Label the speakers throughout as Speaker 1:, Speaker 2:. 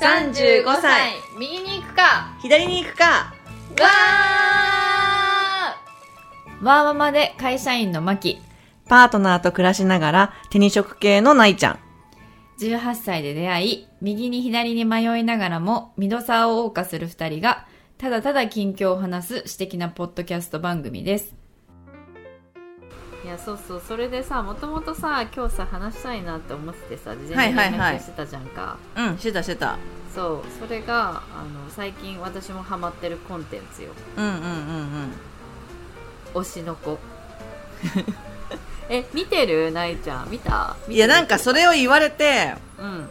Speaker 1: 35歳
Speaker 2: 右に行くか
Speaker 1: 左に行くか
Speaker 2: わ
Speaker 3: わーままで会社員のマキ。
Speaker 1: パートナーと暮らしながら手に職系のないちゃん
Speaker 3: 18歳で出会い、右に左に迷いながらも、ミドサーを謳歌する二人が、ただただ近況を話す私的なポッドキャスト番組です。
Speaker 2: ーいやそうそうそれでさもともとさ今日さ話したいなって思っててさ事
Speaker 1: は
Speaker 2: 前
Speaker 1: い
Speaker 2: に
Speaker 1: はいはい
Speaker 2: 連絡してたじゃんか、
Speaker 1: うんしてたしてた
Speaker 2: そうそれがあの最近私もハマってるコンテンツよ
Speaker 1: うんうんうんうん
Speaker 2: 推し の子え見てるないちゃん見た見てる
Speaker 1: いやなんかそれを言われて
Speaker 2: うん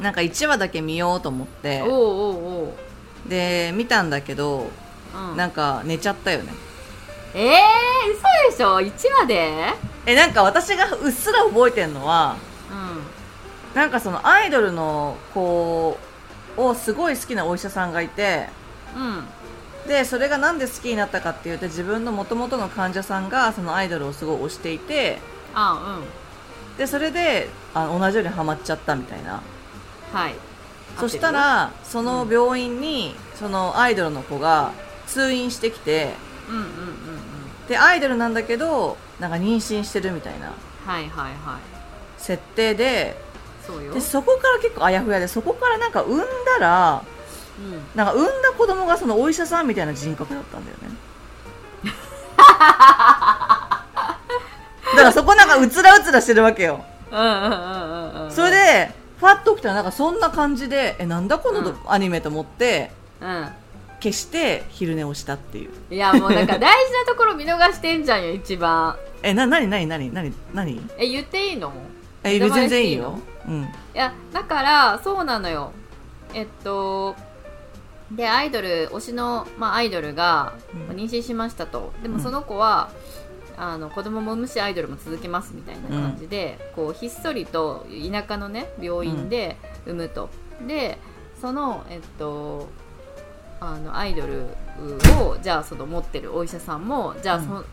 Speaker 1: なんか1話だけ見ようと思って
Speaker 2: おうおうおう
Speaker 1: で見たんだけど
Speaker 2: うん、
Speaker 1: なんか寝ちゃったよね
Speaker 2: ええー、嘘でしょ一話で
Speaker 1: えなんか私がうっすら覚えてるのは
Speaker 2: うん
Speaker 1: なんかそのアイドルの子をすごい好きなお医者さんがいて
Speaker 2: うん
Speaker 1: でそれがなんで好きになったかっていうと自分の元々の患者さんがそのアイドルをすごい推していて
Speaker 2: あ
Speaker 1: でそれであ同じようにハマっちゃったみたいな
Speaker 2: うんはい
Speaker 1: そしたらその病院にそのアイドルの子が通院してきて
Speaker 2: 合ってるうんうんうんうん
Speaker 1: でアイドルなんだけどなんか妊娠してるみたいな
Speaker 2: はいはいはい
Speaker 1: 設定で
Speaker 2: そうよ
Speaker 1: でそこから結構あやふやでそこからなんか産んだら
Speaker 2: うん
Speaker 1: なんか産んだ子供がそのお医者さんみたいな人格だったんだよねだからそこなんかうつらうつらしてるわけよ
Speaker 2: うんうんうんうんうん
Speaker 1: それでファッと起きたらなんかそんな感じでえなんだこのどアニメと思って
Speaker 2: う
Speaker 1: 消して昼寝をしたっていうん
Speaker 2: いやもうなんか大事なところ見逃してんじゃんよ一番
Speaker 1: えななになになになになに
Speaker 2: え言っていいの
Speaker 1: え
Speaker 2: 枝前
Speaker 1: 全然いい
Speaker 2: いい
Speaker 1: よ
Speaker 2: の
Speaker 1: うん
Speaker 2: いやだからそうなのよえっとでアイドル推しの、まあ、アイドルが
Speaker 1: うん
Speaker 2: 妊娠しましたと、で
Speaker 1: う
Speaker 2: も
Speaker 1: ん
Speaker 2: その子は、あの子供も産むしアイドルも続けますみたいな感じで、こうひっそりと田舎のね病院で産むと、でそのえっとあのアイドルをじゃあその持ってるお医者さんもじゃあそ,、
Speaker 1: うん
Speaker 2: あの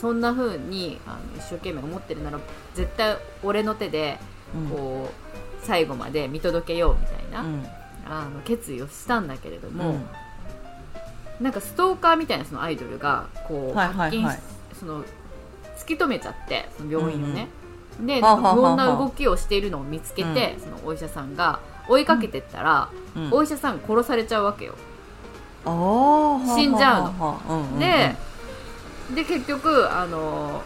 Speaker 2: そんな風にあの一生懸命思ってるなら絶対俺の手で
Speaker 1: うん
Speaker 2: こう最後まで見届けようみたいな、
Speaker 1: うん
Speaker 2: あの決意をしたんだけれど
Speaker 1: も
Speaker 2: も、
Speaker 1: う
Speaker 2: なんかストーカーみたいなそのアイドルがこう
Speaker 1: はいはいはい
Speaker 2: 発見し、その突き止めちゃってその病院をね、で
Speaker 1: はあ
Speaker 2: な
Speaker 1: は
Speaker 2: ん
Speaker 1: あはあ
Speaker 2: か不穏な動きをしているのを見つけて、そのお医者さんが追いかけてったら、
Speaker 1: うん
Speaker 2: お医者さん殺されちゃうわけよ。
Speaker 1: あー
Speaker 2: 死んじゃうの
Speaker 1: はあはあはあうんうんうん
Speaker 2: でで結局あの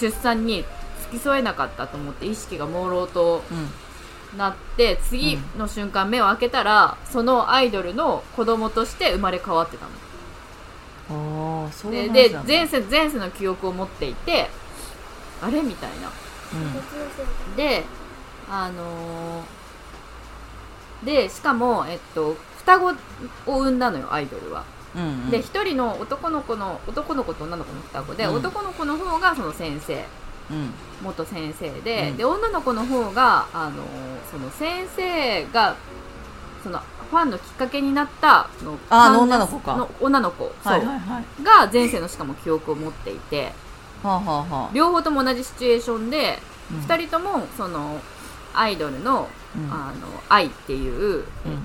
Speaker 2: 出産に付き添えなかったと思って意識が朦朧と
Speaker 1: うん
Speaker 2: なって次の瞬間目を開けたら、そのアイドルの子供として生まれ変わってたの
Speaker 1: ああそうな
Speaker 2: で
Speaker 1: ん
Speaker 2: で
Speaker 1: だ
Speaker 2: 前世前世の記憶を持っていてあれみたいなであのーでしかも、えっと、双子を産んだのよアイドルは、
Speaker 1: うんうんうん
Speaker 2: で一人の男の子の男の子と女の子の双子で、
Speaker 1: うん
Speaker 2: 男の子の方がその先生
Speaker 1: うん
Speaker 2: 元先生で、
Speaker 1: うん
Speaker 2: で女の子の方があのその先生がそのファンのきっかけになったその
Speaker 1: あーあの
Speaker 2: 患者
Speaker 1: 女の子か
Speaker 2: の女の子、
Speaker 1: はい
Speaker 2: そう
Speaker 1: はいはいは
Speaker 2: が前世のしかも記憶を持っていて
Speaker 1: あはあはあ
Speaker 2: 両方とも同じシチュエーションで、
Speaker 1: うん
Speaker 2: 二人ともそのアイドルの,、
Speaker 1: うん
Speaker 2: あの愛っていう、
Speaker 1: うん
Speaker 2: え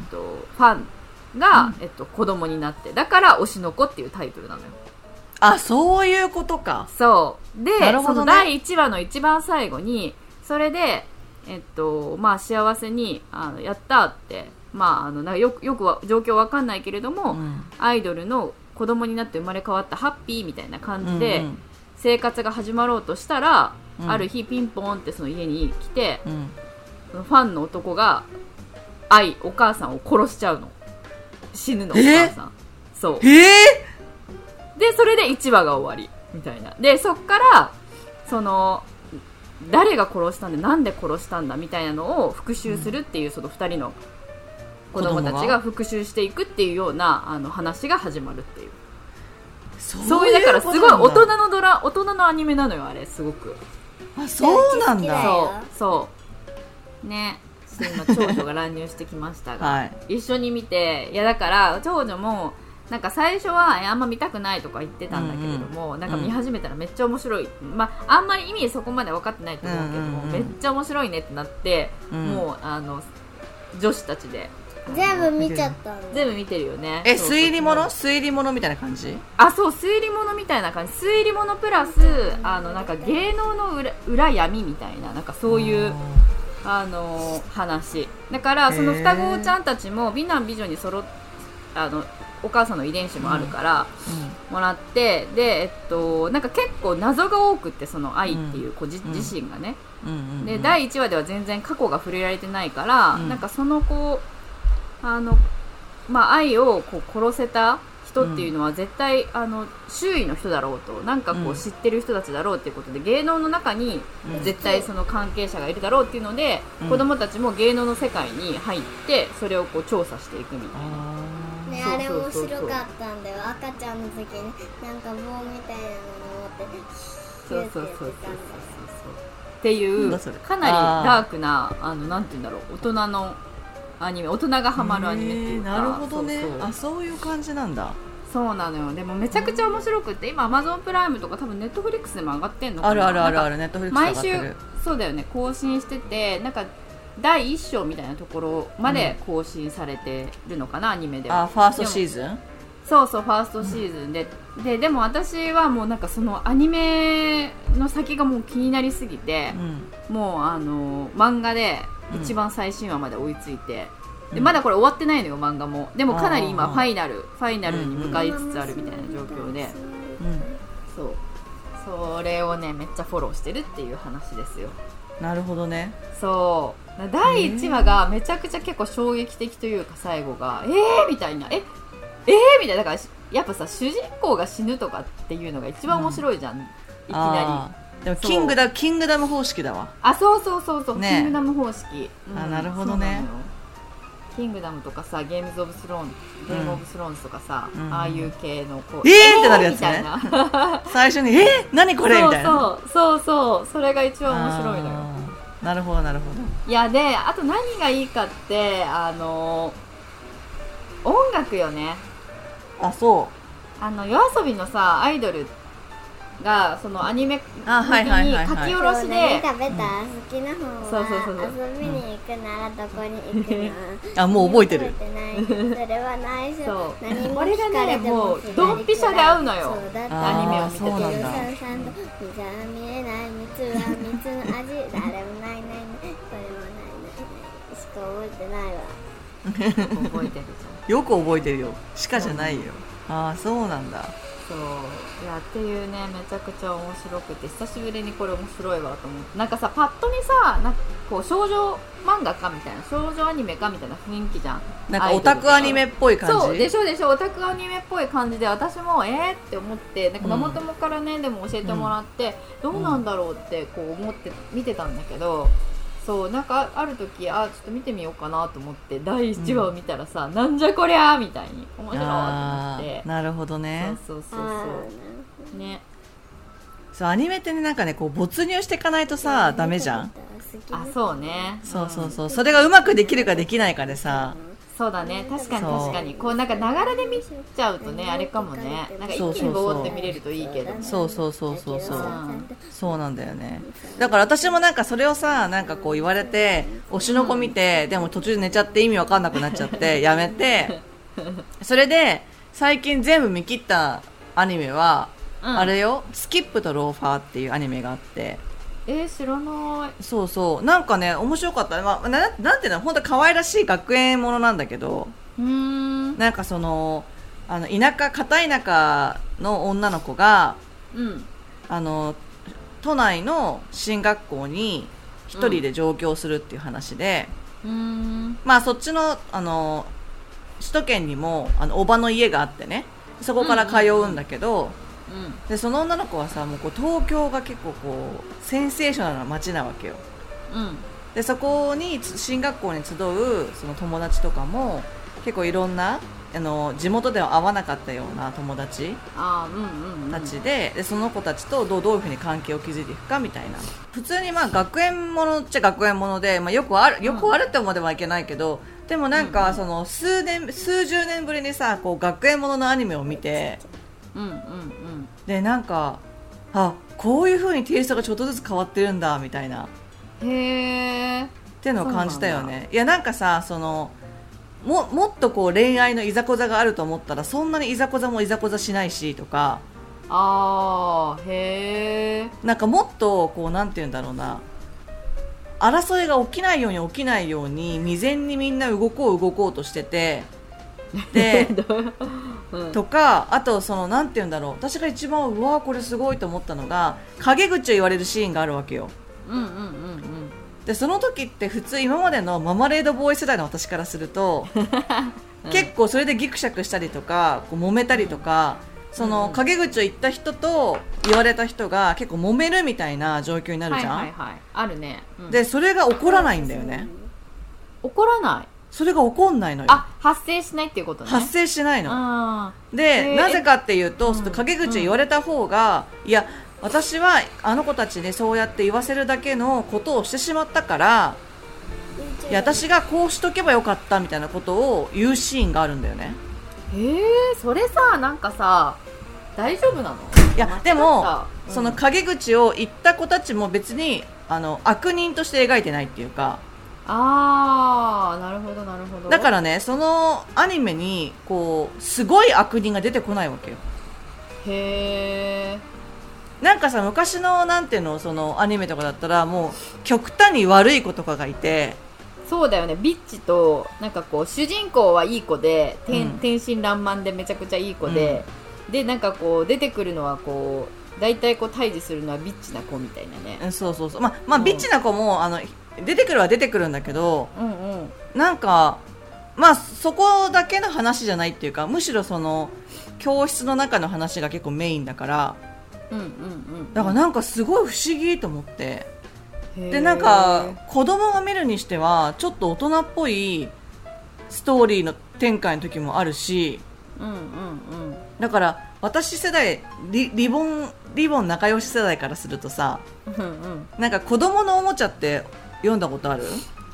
Speaker 2: っと、ファンが、えっと、子供になってだから「推しの子」っていうタイトルなのよ。
Speaker 1: あそういうことか
Speaker 2: そう。で、
Speaker 1: なるほ
Speaker 2: そ
Speaker 1: ど
Speaker 2: の
Speaker 1: ね
Speaker 2: 第1話の一番最後に、それで、えっと、まあ、幸せに、あの、やったって、まあ、あの、なよく、よくは、状況わかんないけれども、
Speaker 1: うん
Speaker 2: アイドルの子供になって生まれ変わったハッピーみたいな感じ
Speaker 1: う
Speaker 2: で
Speaker 1: んう、ん
Speaker 2: 生活が始まろうとしたら、
Speaker 1: うん
Speaker 2: ある日ピンポンってその家に来て、
Speaker 1: うん
Speaker 2: そのファンの男が、愛、お母さんを殺しちゃうの。死ぬの、お
Speaker 1: え
Speaker 2: 母さん。そう。
Speaker 1: へえ
Speaker 2: で、それで1話が終わり、みたいな。で、そっから、その、誰が殺したんだ、なんで殺したんだ、みたいなのを復讐するっていう、その2人の子供た
Speaker 1: 子供
Speaker 2: ち
Speaker 1: が
Speaker 2: が復讐していくっていうような、あの、話が始まるっていう。
Speaker 1: そ
Speaker 2: そういう、だからすごい大
Speaker 1: 人
Speaker 2: 人のドラ、大人のアニメなのよ、あれ、すごく。
Speaker 1: あそうなん
Speaker 4: だよ
Speaker 1: だ
Speaker 2: そう、そう。ね。ちょっと今、長女が乱入してきましたが。
Speaker 1: はい
Speaker 2: 一緒に見ていやだから長女もなんか最初はえあんま見たくないとか言ってたんだけれども、なんか見始めたらめっちゃ面白い、まあ、あんまり意味そこまで分かってないと思うけども、
Speaker 1: うんうんうん
Speaker 2: めっちゃ面白いねってなって、
Speaker 1: うん
Speaker 2: もうあの女子たちで
Speaker 4: 全部見ちゃったの
Speaker 2: 全部見てるよね
Speaker 1: え
Speaker 2: そうそう
Speaker 1: 推理物推理物みたいな感じ
Speaker 2: あそう推理物みたいな感じ推理物プラスあのなんか芸能の裏裏闇みたいななんかそういうあの話だからその
Speaker 1: へー
Speaker 2: 双子ちゃんたちも美男美女に揃っあのお母さんの遺伝子もあるから、もらってで、えっと、なんか結構謎が多くってその愛っていう子じ、
Speaker 1: ん
Speaker 2: 自身がね、
Speaker 1: うんうんうん
Speaker 2: で第1話では全然過去が触れられてないから、
Speaker 1: うん
Speaker 2: なんかその子あの、まあ、愛をこう殺せた人っていうのは絶対、あの周囲の人だろうとなんかこ
Speaker 1: うん
Speaker 2: う知ってる人たちだろうっていうことで芸能の中に
Speaker 1: うん
Speaker 2: 絶対その関係者がいるだろうっていうので、
Speaker 1: うん
Speaker 2: 子供たちも芸能の世界に入ってそれをこう調査していくみたいな。
Speaker 1: あー
Speaker 4: ね
Speaker 2: そう
Speaker 4: あれ
Speaker 2: そう
Speaker 4: 面
Speaker 2: そうそう
Speaker 4: 白かったんだよ赤ちゃんの時になんか棒みたいなの持ってヒ
Speaker 2: そ
Speaker 4: ュー
Speaker 2: う
Speaker 4: って
Speaker 2: そう
Speaker 4: や
Speaker 2: そうそうそう
Speaker 4: ってたんだよ
Speaker 2: ってい
Speaker 1: なん
Speaker 2: う
Speaker 1: だそれ
Speaker 2: かなりダークなあのなんて言うんだろう大人のアニメ大人がハマるアニメっていうか、
Speaker 1: へーなるほどね
Speaker 2: そうそう
Speaker 1: あそういう感じなんだ
Speaker 2: そうなのよでもめちゃくちゃ面白くって今 Amazon プライムとか多分 Netflix でも上がってんのかな
Speaker 1: あるあるあるあ
Speaker 2: る
Speaker 1: るネットフリック
Speaker 2: 毎
Speaker 1: ス上がって
Speaker 2: 週
Speaker 1: る
Speaker 2: そうだよね更新しててなんか第1章みたいなところまで更新されてるのかな、アニメでは
Speaker 1: あファーストシ
Speaker 2: ズン
Speaker 1: ーズン
Speaker 2: そうそうファーストシーズンで、ででも私はもうなんかそのアニメの先がもう気になりすぎて、
Speaker 1: うん
Speaker 2: もうあの漫画で
Speaker 1: うん
Speaker 2: 一番最新話まで追いついて、
Speaker 1: う
Speaker 2: で
Speaker 1: ん
Speaker 2: まだこれ終わってないのよ漫画もでもかなり今
Speaker 1: あー
Speaker 2: ファイナルファイナルに向かいつつあるみたいな状況で、
Speaker 1: うん
Speaker 2: そうそれをねめっちゃフォローしてるっていう話ですよ
Speaker 1: なるほどね
Speaker 2: そう第1話がめちゃくちゃ結構衝撃的というか最後がえーみたいなええーみたいなだからしやっぱさ主人公が死ぬとかっていうのが一番面白いじゃん、いきなり
Speaker 1: りでも
Speaker 2: そう
Speaker 1: キングダキングダム方式だわ
Speaker 2: あそうそうそうそう、
Speaker 1: ね
Speaker 2: キングダム方式、
Speaker 1: あなるほどね
Speaker 2: そうなのよキングダムとかさゲームズ・オブ・スローンゲーム・オブ・スローンズとかさ、
Speaker 1: うん
Speaker 2: ああいう系のこう
Speaker 1: えーってなるやつね
Speaker 2: えーみたいな
Speaker 1: 最初に「え何これ?」みたいな
Speaker 2: そうそうそうそうそれが一番面白いのよ
Speaker 1: あーなるほどなるほど
Speaker 2: いやであと何がいいかってあの音楽よね
Speaker 1: あそ
Speaker 2: あの夜遊びのさアイドルがそのアニメ
Speaker 1: うあはいはいはい
Speaker 2: 書
Speaker 1: は
Speaker 2: き
Speaker 1: い
Speaker 2: 下ろしで
Speaker 4: 食べた好きな方
Speaker 2: そうそうそうそ
Speaker 4: は遊びに行くならどこに行くの
Speaker 1: あもう覚えてる
Speaker 4: 覚えてないそれは内
Speaker 2: そう
Speaker 4: 緒何も
Speaker 2: これがね
Speaker 4: 聞かれて
Speaker 2: もう
Speaker 4: 左
Speaker 2: ドンピシャで合うのよ
Speaker 4: そうだって
Speaker 1: あー
Speaker 2: アニメを見てて
Speaker 1: そうなん
Speaker 4: 水
Speaker 1: だ
Speaker 4: は見えない蜜は蜜の味誰もないないないこれもないないしか覚えてないわ
Speaker 2: 覚えてるじゃん
Speaker 1: よく覚えてるよしかじゃないよああそうなんだ
Speaker 2: そういやっていうねめちゃくちゃ面白くて久しぶりにこれ面白いわと思ってなんかさパッと見さなんかこう少女漫画かみたいな少女アニメかみたいな雰囲気じゃん
Speaker 1: なんかオタクアニメっぽい感じ
Speaker 2: そうでしょでしょオタクアニメっぽい感じで私もえーって思ってなんかママ友からね、でも教えてもらって、どうなんだろうってこう思って見てたんだけどそうなんかある時あちょっと見てみようかなと思って第1話を見たらさ、なんじゃこりゃーみたいに面白いと思
Speaker 1: あ
Speaker 2: って
Speaker 1: ー。なるほどね
Speaker 2: そうそうそう
Speaker 4: あ
Speaker 2: そうね
Speaker 1: そうアニメってねなんかねこう没入していかないとさ
Speaker 4: ー
Speaker 1: ダメじゃん
Speaker 2: あそうね
Speaker 1: そうそうんそうそれがうまくできるかできないかでさ
Speaker 2: そうだね確かに
Speaker 1: そう
Speaker 2: 確かにこうなんかながらで見ちゃうとねあれかもねなんか
Speaker 1: そう
Speaker 2: 一気
Speaker 1: そ
Speaker 2: に
Speaker 1: うそう
Speaker 2: ボーって見れるといいけど
Speaker 1: そうそうそうそうそう
Speaker 2: うん
Speaker 1: そうなんだよねだから私もなんかそれをさなんかこう言われて推しの子見てでも途中で寝ちゃって意味わかんなくなっちゃ ってやめてそれで最近全部見切ったアニメは、
Speaker 2: うん
Speaker 1: あれよ「スキップとローファー」っていうアニメがあって
Speaker 2: えー、知らない
Speaker 1: そうそうなんかね面白かった、まあ、ななんていうの本当可愛らしい学園ものなんだけど
Speaker 2: うーん
Speaker 1: なんかそのあの田舎片田舎の女の子が
Speaker 2: うん
Speaker 1: あの都内の進学校に一人で上京するっていう話で、
Speaker 2: うーん
Speaker 1: まあそっちのあの首都圏にもあのおばの家があってねそこから通うんだけど、
Speaker 2: うん
Speaker 1: でその女の子はさもうこう東京が結構こうセンセーショナルな街なわけよ
Speaker 2: うん
Speaker 1: でそこにつ進学校に集うその友達とかも結構いろんなあの地元では会わなかったような友達
Speaker 2: あーうんうんうん
Speaker 1: たちで,、でその子たちとどうどういうふうに関係を築いていくかみたいな普通にまあ学園ものっちゃ学園もので、まあ、よくあるよくあるって思ではいけないけど、でもなんかその数年数十年ぶりにさこう学園もののアニメを見て
Speaker 2: うんうんうん
Speaker 1: でなんかあこういうふうにテイストがちょっとずつ変わってるんだみたいな
Speaker 2: へえ
Speaker 1: っていうのを感じたよねいやなんかさそのももっとこう恋愛のいざこざがあると思ったらそんなにいざこざもいざこざしないしとか
Speaker 2: あーへえ
Speaker 1: なんかもっとこうなんて言うんだろうな争いが起きないように起きないように未然にみんな動こう動こうとしててで
Speaker 2: うん
Speaker 1: とかあとそのなんて言うんだろう私が一番うわーこれすごいと思ったのが陰口を言われるシーンがあるわけよ
Speaker 2: うんうんうん
Speaker 1: でその時って普通今までのママレードボーイ世代の私からする と、結構それでギクシャクしたりとかこう揉めたりとか、その陰口を言った人と言われた人が結構揉めるみたいな状況にな
Speaker 2: うん
Speaker 1: るじゃん、
Speaker 2: はいはいはいあるね、うん
Speaker 1: でそれが起こらないんだよね
Speaker 2: 怒らない
Speaker 1: それが起こんないのよ
Speaker 2: あ発生しないっていうことね
Speaker 1: 発生しないの
Speaker 2: あ
Speaker 1: で
Speaker 2: へー
Speaker 1: なぜかっていうと、
Speaker 2: ん
Speaker 1: ちょっと陰口を言われた方が、いや私はあの子たちにそうやって言わせるだけのことをしてしまったからいや私がこうしとけばよかったみたいなことを言うシーンがあるんだよね
Speaker 2: ーへえそれさなんかさ大丈夫なの
Speaker 1: いやでも、
Speaker 2: うん
Speaker 1: その陰口を言った子たちも別にあの悪人として描いてないっていうか
Speaker 2: ああなるほどなるほど
Speaker 1: だかららねそのアニメにこうすごい悪人が出てこないわけよ
Speaker 2: へえ
Speaker 1: なんかさ昔のなんていうのそのアニメとかだったらもう極端に悪い子とかがいて
Speaker 2: そうだよねビッチとなんかこう主人公はいい子で天,、
Speaker 1: うん
Speaker 2: 天真爛漫でめちゃくちゃいい子で、でなんかこう出てくるのはこう大体こう対峙するのはビッチな子みたいなね
Speaker 1: うんそうそうそうまあ、まあ、
Speaker 2: うん
Speaker 1: ビッチな子もあの出てくるは出てくるんだけど
Speaker 2: うんうん
Speaker 1: なんかまあそこだけの話じゃないっていうかむしろその教室の中の話が結構メインだから
Speaker 2: うんうんうん
Speaker 1: だからなんかすごい不思議と思って
Speaker 2: へー
Speaker 1: でなんか子供が見るにしてはちょっと大人っぽいストーリーの展開の時もあるし
Speaker 2: うんうんうん
Speaker 1: だから私世代リリボンリボン仲良し世代からするとさ
Speaker 2: うんうん
Speaker 1: なんか子供のおもちゃって読んだことある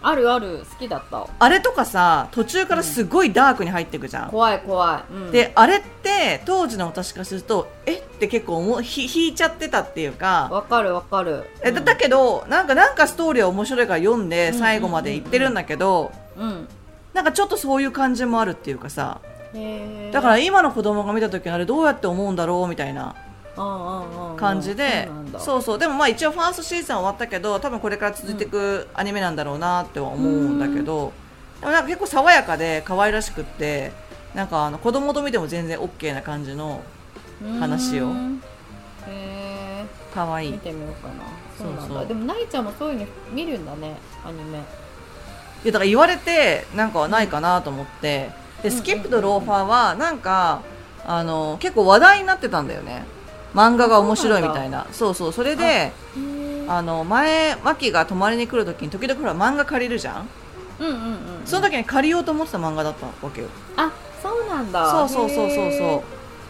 Speaker 2: あるある好きだった
Speaker 1: あれとかさ途中からすごいダークに入っていくじゃん、
Speaker 2: 怖い怖い、うん、
Speaker 1: であれって当時の私からするとえって結構思うひ引いちゃってたっていうか
Speaker 2: わかるわかる
Speaker 1: えだだけどなんかなんかストーリーは面白いから読んで最後までいってるんだけど、
Speaker 2: うん
Speaker 1: なんかちょっとそういう感じもあるっていうかさ
Speaker 2: へー
Speaker 1: だから今の子供が見た時にあれどうやって思うんだろうみたいな
Speaker 2: うんうんうんうん
Speaker 1: 感じで、
Speaker 2: そうなんだ
Speaker 1: そうそうでもまあ一応ファーストシーズンは終わったけど多分これから続いていくアニメなんだろうなっては思うんだけど、でもなんか結構爽やかで可愛らしくってなんかあの子供と見ても全然 OK な感じの話を
Speaker 2: うんへー
Speaker 1: 可愛い
Speaker 2: 見てみようかなそうなんだ
Speaker 1: そうそう
Speaker 2: でもなぎちゃんもそういうの見るんだねアニメ
Speaker 1: いやだから言われてなんかはないかなと思ってで
Speaker 2: うん
Speaker 1: スキップとローファーはなんかあの結構話題になってたんだよね漫画が面白いみたいなそうそうそれであの前マキが泊まりに来る時に時々ほら漫画借りるじゃん
Speaker 2: うんうんうん
Speaker 1: その時に借りようと思ってた漫画だったわけよ
Speaker 2: あそうなん
Speaker 1: そ
Speaker 2: だ
Speaker 1: うそうそうそう
Speaker 2: へ
Speaker 1: そ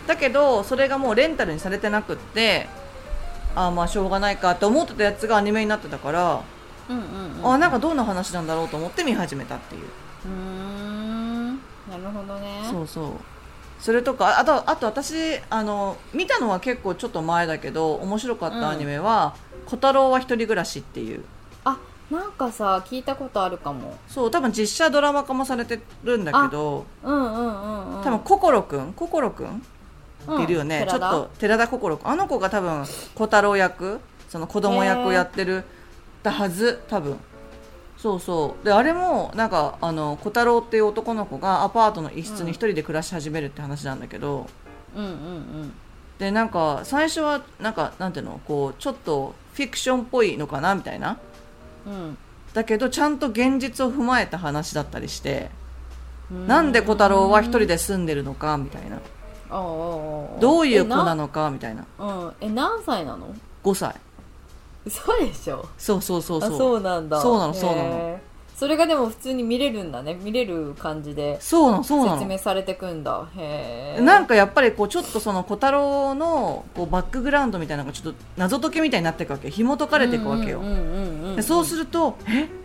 Speaker 1: うだけどそれがもうレンタルにされてなくってあーまあしょうがないかと思ってたやつがアニメになってたから、
Speaker 2: ーうんうんうん
Speaker 1: あーなんかどんな話なんだろうと思って見始めたっていう
Speaker 2: うーんなるほどね
Speaker 1: そうそうそれとかああとあと私あの見たのは結構ちょっと前だけど面白かったアニメは「小太郎は一人暮らし」っていう
Speaker 2: あなんかさ聞いたことあるかも
Speaker 1: そう多分実写ドラマ化もされてるんだけど
Speaker 2: うんうんうんうん
Speaker 1: 多分心くん心くん
Speaker 2: うん
Speaker 1: いるよね、ちょ
Speaker 2: 寺
Speaker 1: っ
Speaker 2: 田
Speaker 1: と寺田心君あの子が多分小太郎役その子供役をやってるだはず多分そうそうであれもなんかあの小太郎っていう男の子がアパートの一室に一人で暮らし始めるって話なんだけど、
Speaker 2: うんうんうん
Speaker 1: でなんか最初はなんかなんていうのこうちょっとフィクションっぽいのかなみたいな
Speaker 2: うん
Speaker 1: だけどちゃんと現実を踏まえた話だったりして、なんで小太郎は一人で住んでるのかみたいな
Speaker 2: おうおうお
Speaker 1: どういう子な
Speaker 2: の
Speaker 1: のかみたいな
Speaker 2: うんえ何歳なの
Speaker 1: 5歳
Speaker 2: 嘘でしょ
Speaker 1: そうそうそうそう
Speaker 2: あそうなんだ
Speaker 1: そうなのそうなの
Speaker 2: へーそれがでも普通に見れるんだね見れる感じで
Speaker 1: そうなのそうな
Speaker 2: 説明
Speaker 1: の
Speaker 2: されてくんだへえ
Speaker 1: なんかやっぱりこうちょっとその小太郎のこうバックグラウンドみたいなのがちょっと謎解きみたいになっていくわけ紐解かれていくわけよ、
Speaker 2: うんうんうんうん
Speaker 1: でそうすると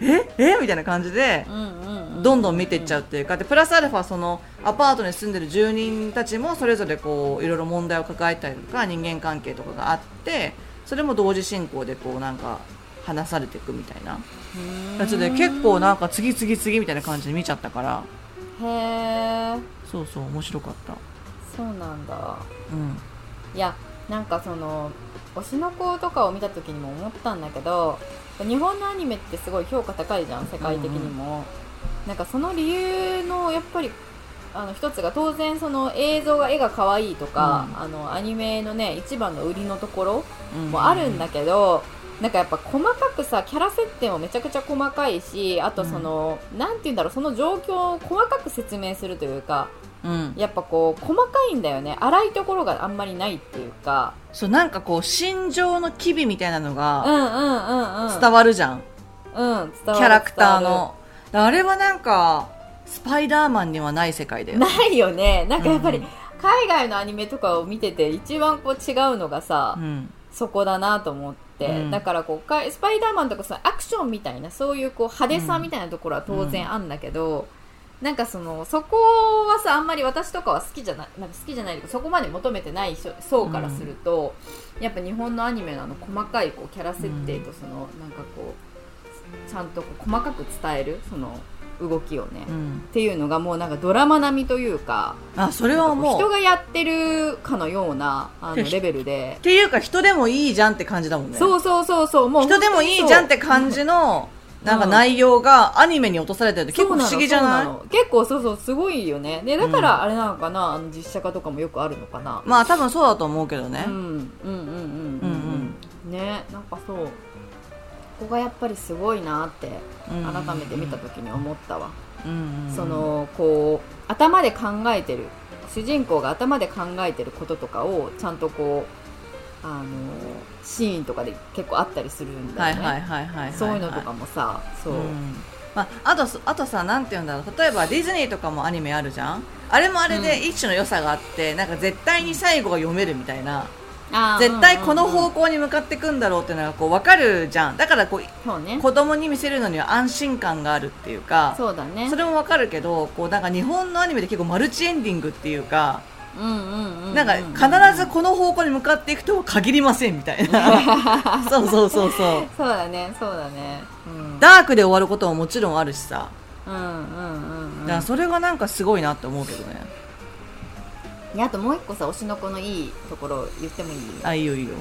Speaker 1: えええみたいな感じで
Speaker 2: うんうんうん
Speaker 1: どんどん見ていっちゃうっていうかでプラスアルファそのアパートに住んでる住人たちもそれぞれこういろいろ問題を抱えたりとか人間関係とかがあってそれも同時進行でこうなんか話されていくみたいなやつで結構なんか次々次みたいな感じで見ちゃったから
Speaker 2: へえ
Speaker 1: そうそう面白かった
Speaker 2: そうなんだ
Speaker 1: うん
Speaker 2: いやなんかその推しの子とかを見た時にも思ったんだけど日本のアニメってすごい評価高いじゃん世界的にも、なんかその理由のやっぱりあの一つが当然その映像が絵が可愛いとか、
Speaker 1: う
Speaker 2: あのアニメのね一番の売りのところ
Speaker 1: うん
Speaker 2: もあるんだけど、なんかやっぱ細かくさキャラ設定もめちゃくちゃ細かいしあとその、なんて言うんだろうその状況を細かく説明するというか
Speaker 1: うん
Speaker 2: やっぱこう細かいんだよね粗いところがあんまりないっていうか
Speaker 1: そうなんかこう心情の機微みたいなの
Speaker 2: うんう
Speaker 1: が
Speaker 2: んうんうん
Speaker 1: 伝わるじゃん、
Speaker 2: うん伝わる
Speaker 1: キャラクターのあれはなんかスパイダーマンにはない世界だよ
Speaker 2: 伝わるないよねなんかやっぱり、
Speaker 1: うん
Speaker 2: 海外のアニメとかを見てて一番こう違うのがさ、
Speaker 1: うん
Speaker 2: そこだなと思って、
Speaker 1: うん
Speaker 2: だからこうかいスパイダーマンとかそのアクションみたいなそういうこう派手さみたいなところは当然あんだけど、なんかそのそこはさあんまり私とかは好きじゃないなんか好きじゃないというかそこまで求めてない人層からすると、やっぱ日本のアニメのあの細かいこうキャラ設定とその、なんかこうちゃんとこう細かく伝えるその動きをね、
Speaker 1: う
Speaker 2: っ
Speaker 1: ん
Speaker 2: ていうのがもうなんかドラマ並みというか
Speaker 1: あそれはも
Speaker 2: 人
Speaker 1: うっ
Speaker 2: がやってるかのようなあ のレベルで。
Speaker 1: ていうか人でもいいじゃんって感じだもんね
Speaker 2: そうそうそうそうもう
Speaker 1: 人でもいいじゃんって感じのなんか内容がアニメに落とされてるって
Speaker 2: そ
Speaker 1: 結
Speaker 2: う
Speaker 1: 構不思議じゃない
Speaker 2: そうの結構そうそうすごいよねでだからあれなのかな、あの実写化とかもよくあるのかな、
Speaker 1: まあ多分そうだと思うけどね、
Speaker 2: うん、うんうんうん
Speaker 1: うん
Speaker 2: うんねなんかそうここがやっぱりすごいなって
Speaker 1: うん
Speaker 2: 改めて見た時に思ったわ、
Speaker 1: うんうん
Speaker 2: そのこう頭で考えてる主人公が頭で考えてることとかをちゃんとこうあのシーンとかで結構あったりするんだ
Speaker 1: はい
Speaker 2: よね、
Speaker 1: はいはいはいはは
Speaker 2: そういうのとかもさそう、
Speaker 1: うんまあ、あとそあとさなんて言うんだろう例えばディズニーとかもアニメあるじゃんあれもあれで一種の良さがあって、なんか絶対に最後が読めるみたいな、
Speaker 2: あー
Speaker 1: 絶対この
Speaker 2: うんうんう
Speaker 1: 方
Speaker 2: ん
Speaker 1: 向に向かっていくんだろうっていうのがこう分かるじゃんだからこう
Speaker 2: そうね
Speaker 1: 子供に見せるのには安心感があるっていうか
Speaker 2: そうだね
Speaker 1: それも分かるけどこうなんか日本のアニメで結構マルチエンディングっていうか、
Speaker 2: うんうんうん、
Speaker 1: なんか必ずこの方向に向かっていくとは限りませんみたいな そうそうそうそう
Speaker 2: そうだねそうだねうん
Speaker 1: ダークで終わることももちろんあるしさ
Speaker 2: うんうんうんうん
Speaker 1: だからそれがなんかすごいなって思うけどね
Speaker 2: いやあともう一個さ推しの子のいいところ言ってもいい
Speaker 1: あいいよいいよ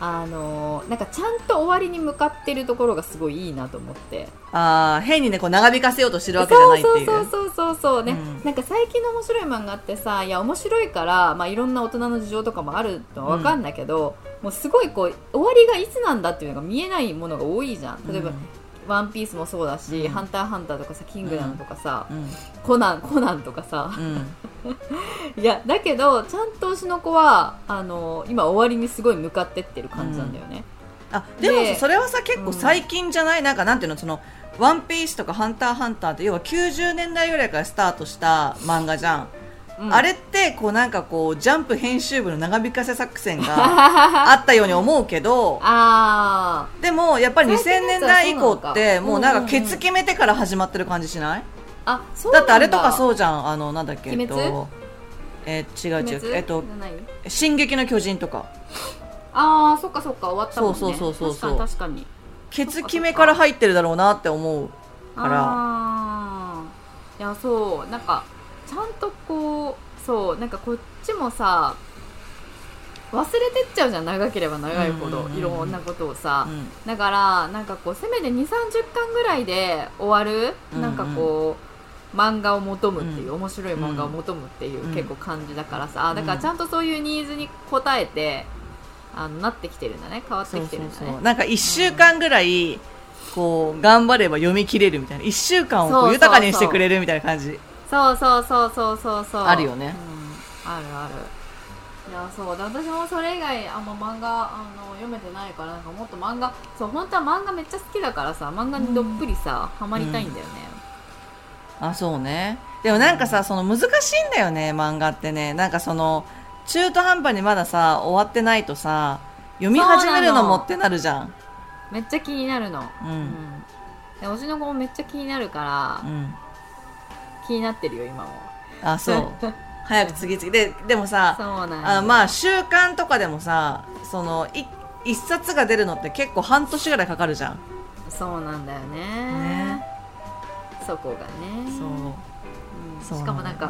Speaker 2: あのーなんかちゃんと終わりに向かってるところがすごいいいなと思って
Speaker 1: あー変にねこう長引かせようとしてる
Speaker 2: そう
Speaker 1: わけじゃないって
Speaker 2: そ
Speaker 1: いう
Speaker 2: うそうそうそうそうね、
Speaker 1: うん
Speaker 2: なんか最近の面白い漫画ってさいや面白いから、まあ、いろんな大人の事情とかもあるのは分かんないけど、もうすごいこう終わりがいつなんだっていうのが見えないものが多いじゃん例えば、
Speaker 1: うん
Speaker 2: ワンピースもそうだし、
Speaker 1: うん
Speaker 2: ハンターハンターとかさ、キングダムとかさ、
Speaker 1: うん
Speaker 2: コナン、コナンとかさ、
Speaker 1: うん
Speaker 2: いやだけどちゃんと推しの子はあの今終わりにすごい向かってってる感じなんだよね、
Speaker 1: あでもさ
Speaker 2: で
Speaker 1: それはさ結構最近じゃない、なんかなんていうのその「ワンピースとか「ハンターハンター」って要は90年代ぐらいからスタートした漫画じゃん、
Speaker 2: うん
Speaker 1: あれってこうなんかこうジャンプ編集部の長引かせ作戦 があったように思うけど
Speaker 2: あ
Speaker 1: でもやっぱり
Speaker 2: 最
Speaker 1: 2000
Speaker 2: 近の
Speaker 1: 年
Speaker 2: やつは
Speaker 1: 代以降って
Speaker 2: そうなのか
Speaker 1: もうなんかケ
Speaker 2: うんうんう
Speaker 1: ツ
Speaker 2: ん
Speaker 1: 決めてから始まってる感じしない、
Speaker 2: ーあそう
Speaker 1: だ
Speaker 2: な
Speaker 1: っ
Speaker 2: ん
Speaker 1: てあれとか
Speaker 2: う
Speaker 1: そうじゃんあのなんだっけえ
Speaker 2: 鬼
Speaker 1: っ
Speaker 2: 滅
Speaker 1: とえー違う違うえっと
Speaker 2: あ
Speaker 1: 「進撃の巨人」とか
Speaker 2: あーそっかそっか終わったもんね
Speaker 1: そうそうそうそうそう
Speaker 2: 確かに確かに
Speaker 1: ケツ決めから入ってるだろうなって思うから
Speaker 2: あーいやそうなんかちゃんとこうそうなんかこっちもさ忘れてっちゃうじゃん長ければ長いほ
Speaker 1: うん
Speaker 2: ど
Speaker 1: うんうん
Speaker 2: いろんなことをさ、
Speaker 1: うん
Speaker 2: だからなんかこうせめて2 3 0巻ぐらいで終わる、
Speaker 1: うんうん
Speaker 2: なんかこう漫画を求むっていう、
Speaker 1: う
Speaker 2: 面白い漫画を求むっていう、
Speaker 1: うん
Speaker 2: 結構感じだからさ、
Speaker 1: うん
Speaker 2: だからちゃんとそういうニーズに応えてあのなってきてるんだね変わって
Speaker 1: そう
Speaker 2: きて
Speaker 1: そう
Speaker 2: るんだね
Speaker 1: そうなんか1週間ぐらいこう頑張れば読み切れるみたいな1週間をこ
Speaker 2: そう
Speaker 1: う
Speaker 2: そうそう
Speaker 1: 豊かにしてくれるみたいな感じ
Speaker 2: そうそうそうそうそうそう
Speaker 1: あるよね、
Speaker 2: うん、あるあるいやそうだ私もそれ以外あんま漫画あの読めてないからなんかもっと漫画そう本当は漫画めっちゃ好きだからさ漫画にどっぷりさ、ハマりたいんだよね、
Speaker 1: あそうねでもなんかさその難しいんだよね漫画ってねなんかその中途半端にまださ終わってないとさ読み始めるのもってなるじゃん
Speaker 2: めっちゃ気になるの
Speaker 1: う
Speaker 2: うんんで推しの子もめっちゃ気になるから、
Speaker 1: うん
Speaker 2: 気になってるよ今も
Speaker 1: あそう 早く次々ででもさ
Speaker 2: そうなんや
Speaker 1: あまあ習慣とかでもさそのい一冊が出るのって結構半年ぐらいかかるじゃん
Speaker 2: そうなんだよね
Speaker 1: ね
Speaker 2: そこがね
Speaker 1: そう
Speaker 2: うん
Speaker 1: そう
Speaker 2: しかもなんか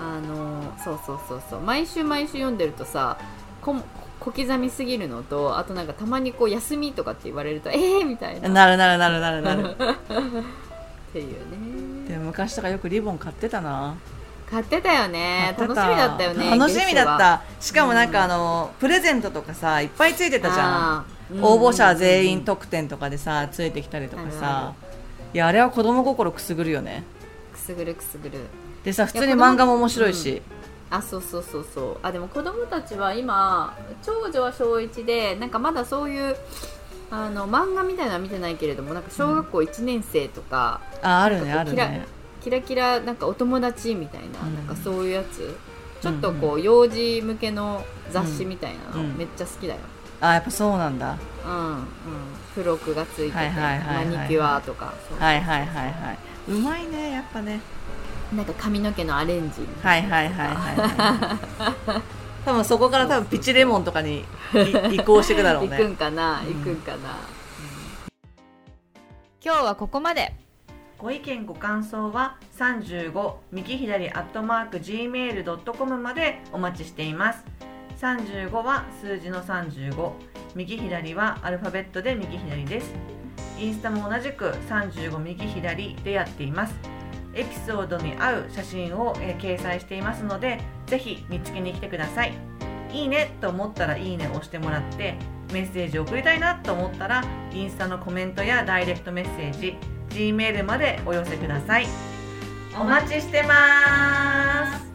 Speaker 2: あのそうそうそうそう毎週毎週読んでるとさこ小刻みすぎるのとあとなんかたまにこう休みとかって言われるとええみたいなっ
Speaker 1: なるなるなるなるなる
Speaker 2: ていうね
Speaker 1: で昔とかよくリボン買ってたな
Speaker 2: 買ってたよね
Speaker 1: 買
Speaker 2: 楽
Speaker 1: て
Speaker 2: しみだったよね
Speaker 1: 楽しみだっ
Speaker 2: ゲ
Speaker 1: たしかもなんかあの、プレゼントとかさいっぱいついて
Speaker 2: スト
Speaker 1: た
Speaker 2: は
Speaker 1: じゃん
Speaker 2: あー
Speaker 1: 応募者全
Speaker 2: う
Speaker 1: 員
Speaker 2: んうんうん
Speaker 1: 特典とかでさついてきたりとか
Speaker 2: あるあ
Speaker 1: さいやあれは子供心くすぐるよね
Speaker 2: くすぐるくすぐる
Speaker 1: でさ普通
Speaker 2: い
Speaker 1: に
Speaker 2: や子供
Speaker 1: 漫画も面白いし、
Speaker 2: あそうそうそうそうあでも子供たちは今長女は小1でなんかまだそういうあの漫画みたいなのは見てないけれどもなんか小学校1年生とか、
Speaker 1: ああるね
Speaker 2: な
Speaker 1: あ
Speaker 2: んか
Speaker 1: る
Speaker 2: こう
Speaker 1: ね
Speaker 2: キラキラなんかお友達みたいな,、
Speaker 1: うん
Speaker 2: なんかそういうやつちょっとこう幼児向けの雑誌みたいなの、
Speaker 1: うん
Speaker 2: めっちゃ好きだよ、
Speaker 1: あやっぱそうなんだ
Speaker 2: うんうん、付録がついてて
Speaker 1: はいはいはいは
Speaker 2: マ
Speaker 1: い
Speaker 2: ニキュアとかそう
Speaker 1: はいはいはいはいうまいねやっぱね
Speaker 2: なんか髪の毛のアレンジみた
Speaker 1: はいい
Speaker 2: な
Speaker 1: はいはいはい、 はい、多分そこから多分ピチレモンとかにい移行していくだろう
Speaker 2: 行くん
Speaker 1: ね
Speaker 2: かな、
Speaker 1: うん
Speaker 2: 行くんかな
Speaker 3: 今日はここまで
Speaker 1: ご意見ご感想は35右左アットマーク gmail.com までお待ちしています35は数字の35右左はアルファベットで右左ですインスタも同じく35右左でやっていますエピソードに合う写真を、えー掲載していますのでぜひ見つけに来てくださいいいねと思ったらいいねを押してもらってメッセージを送りたいなと思ったらインスタのコメントやダイレクトメッセージ G メールまでお寄せくださいお待ちしてます